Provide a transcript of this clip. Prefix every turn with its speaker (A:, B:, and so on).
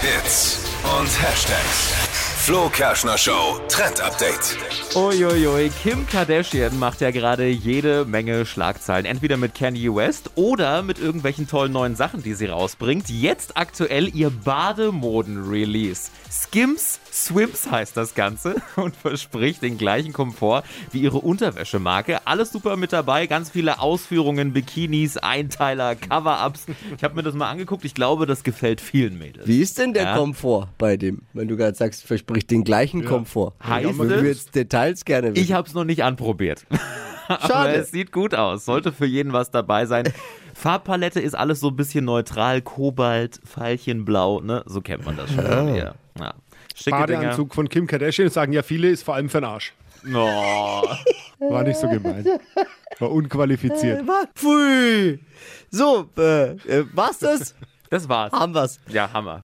A: Hits und Hashtags. Flo Kerschner Show Trend Update.
B: Uiuiui, Kim Kardashian macht ja gerade jede Menge Schlagzeilen. Entweder mit Kanye West oder mit irgendwelchen tollen neuen Sachen, die sie rausbringt. Jetzt aktuell ihr Bademoden-Release. Skims Swims heißt das Ganze und verspricht den gleichen Komfort wie ihre Unterwäschemarke. Alles super mit dabei, ganz viele Ausführungen, Bikinis, Einteiler, Cover-Ups. Ich habe mir das mal angeguckt, ich glaube, das gefällt vielen Mädels.
C: Wie ist denn der
B: Ja.
C: Komfort bei dem, wenn du gerade sagst, verspricht den gleichen Komfort?
B: Heißt
C: Würden wir
B: es?
C: jetzt Details gerne wissen.
B: Ich habe es noch nicht anprobiert. Aber
C: Schade.
B: es sieht gut aus. Sollte für jeden was dabei sein. Farbpalette ist alles so ein bisschen neutral. Kobalt, Veilchenblau, ne? So kennt man das schon. Ja. Ja. Schicke Dinger.
D: Badeanzug von Kim Kardashian, das sagen ja viele, ist vor allem für den Arsch.
B: Oh.
D: War nicht so gemeint. War unqualifiziert.
C: Pfui. So, äh, äh, war's das?
B: Das war's.
C: Haben wir's.
B: Ja, Hammer.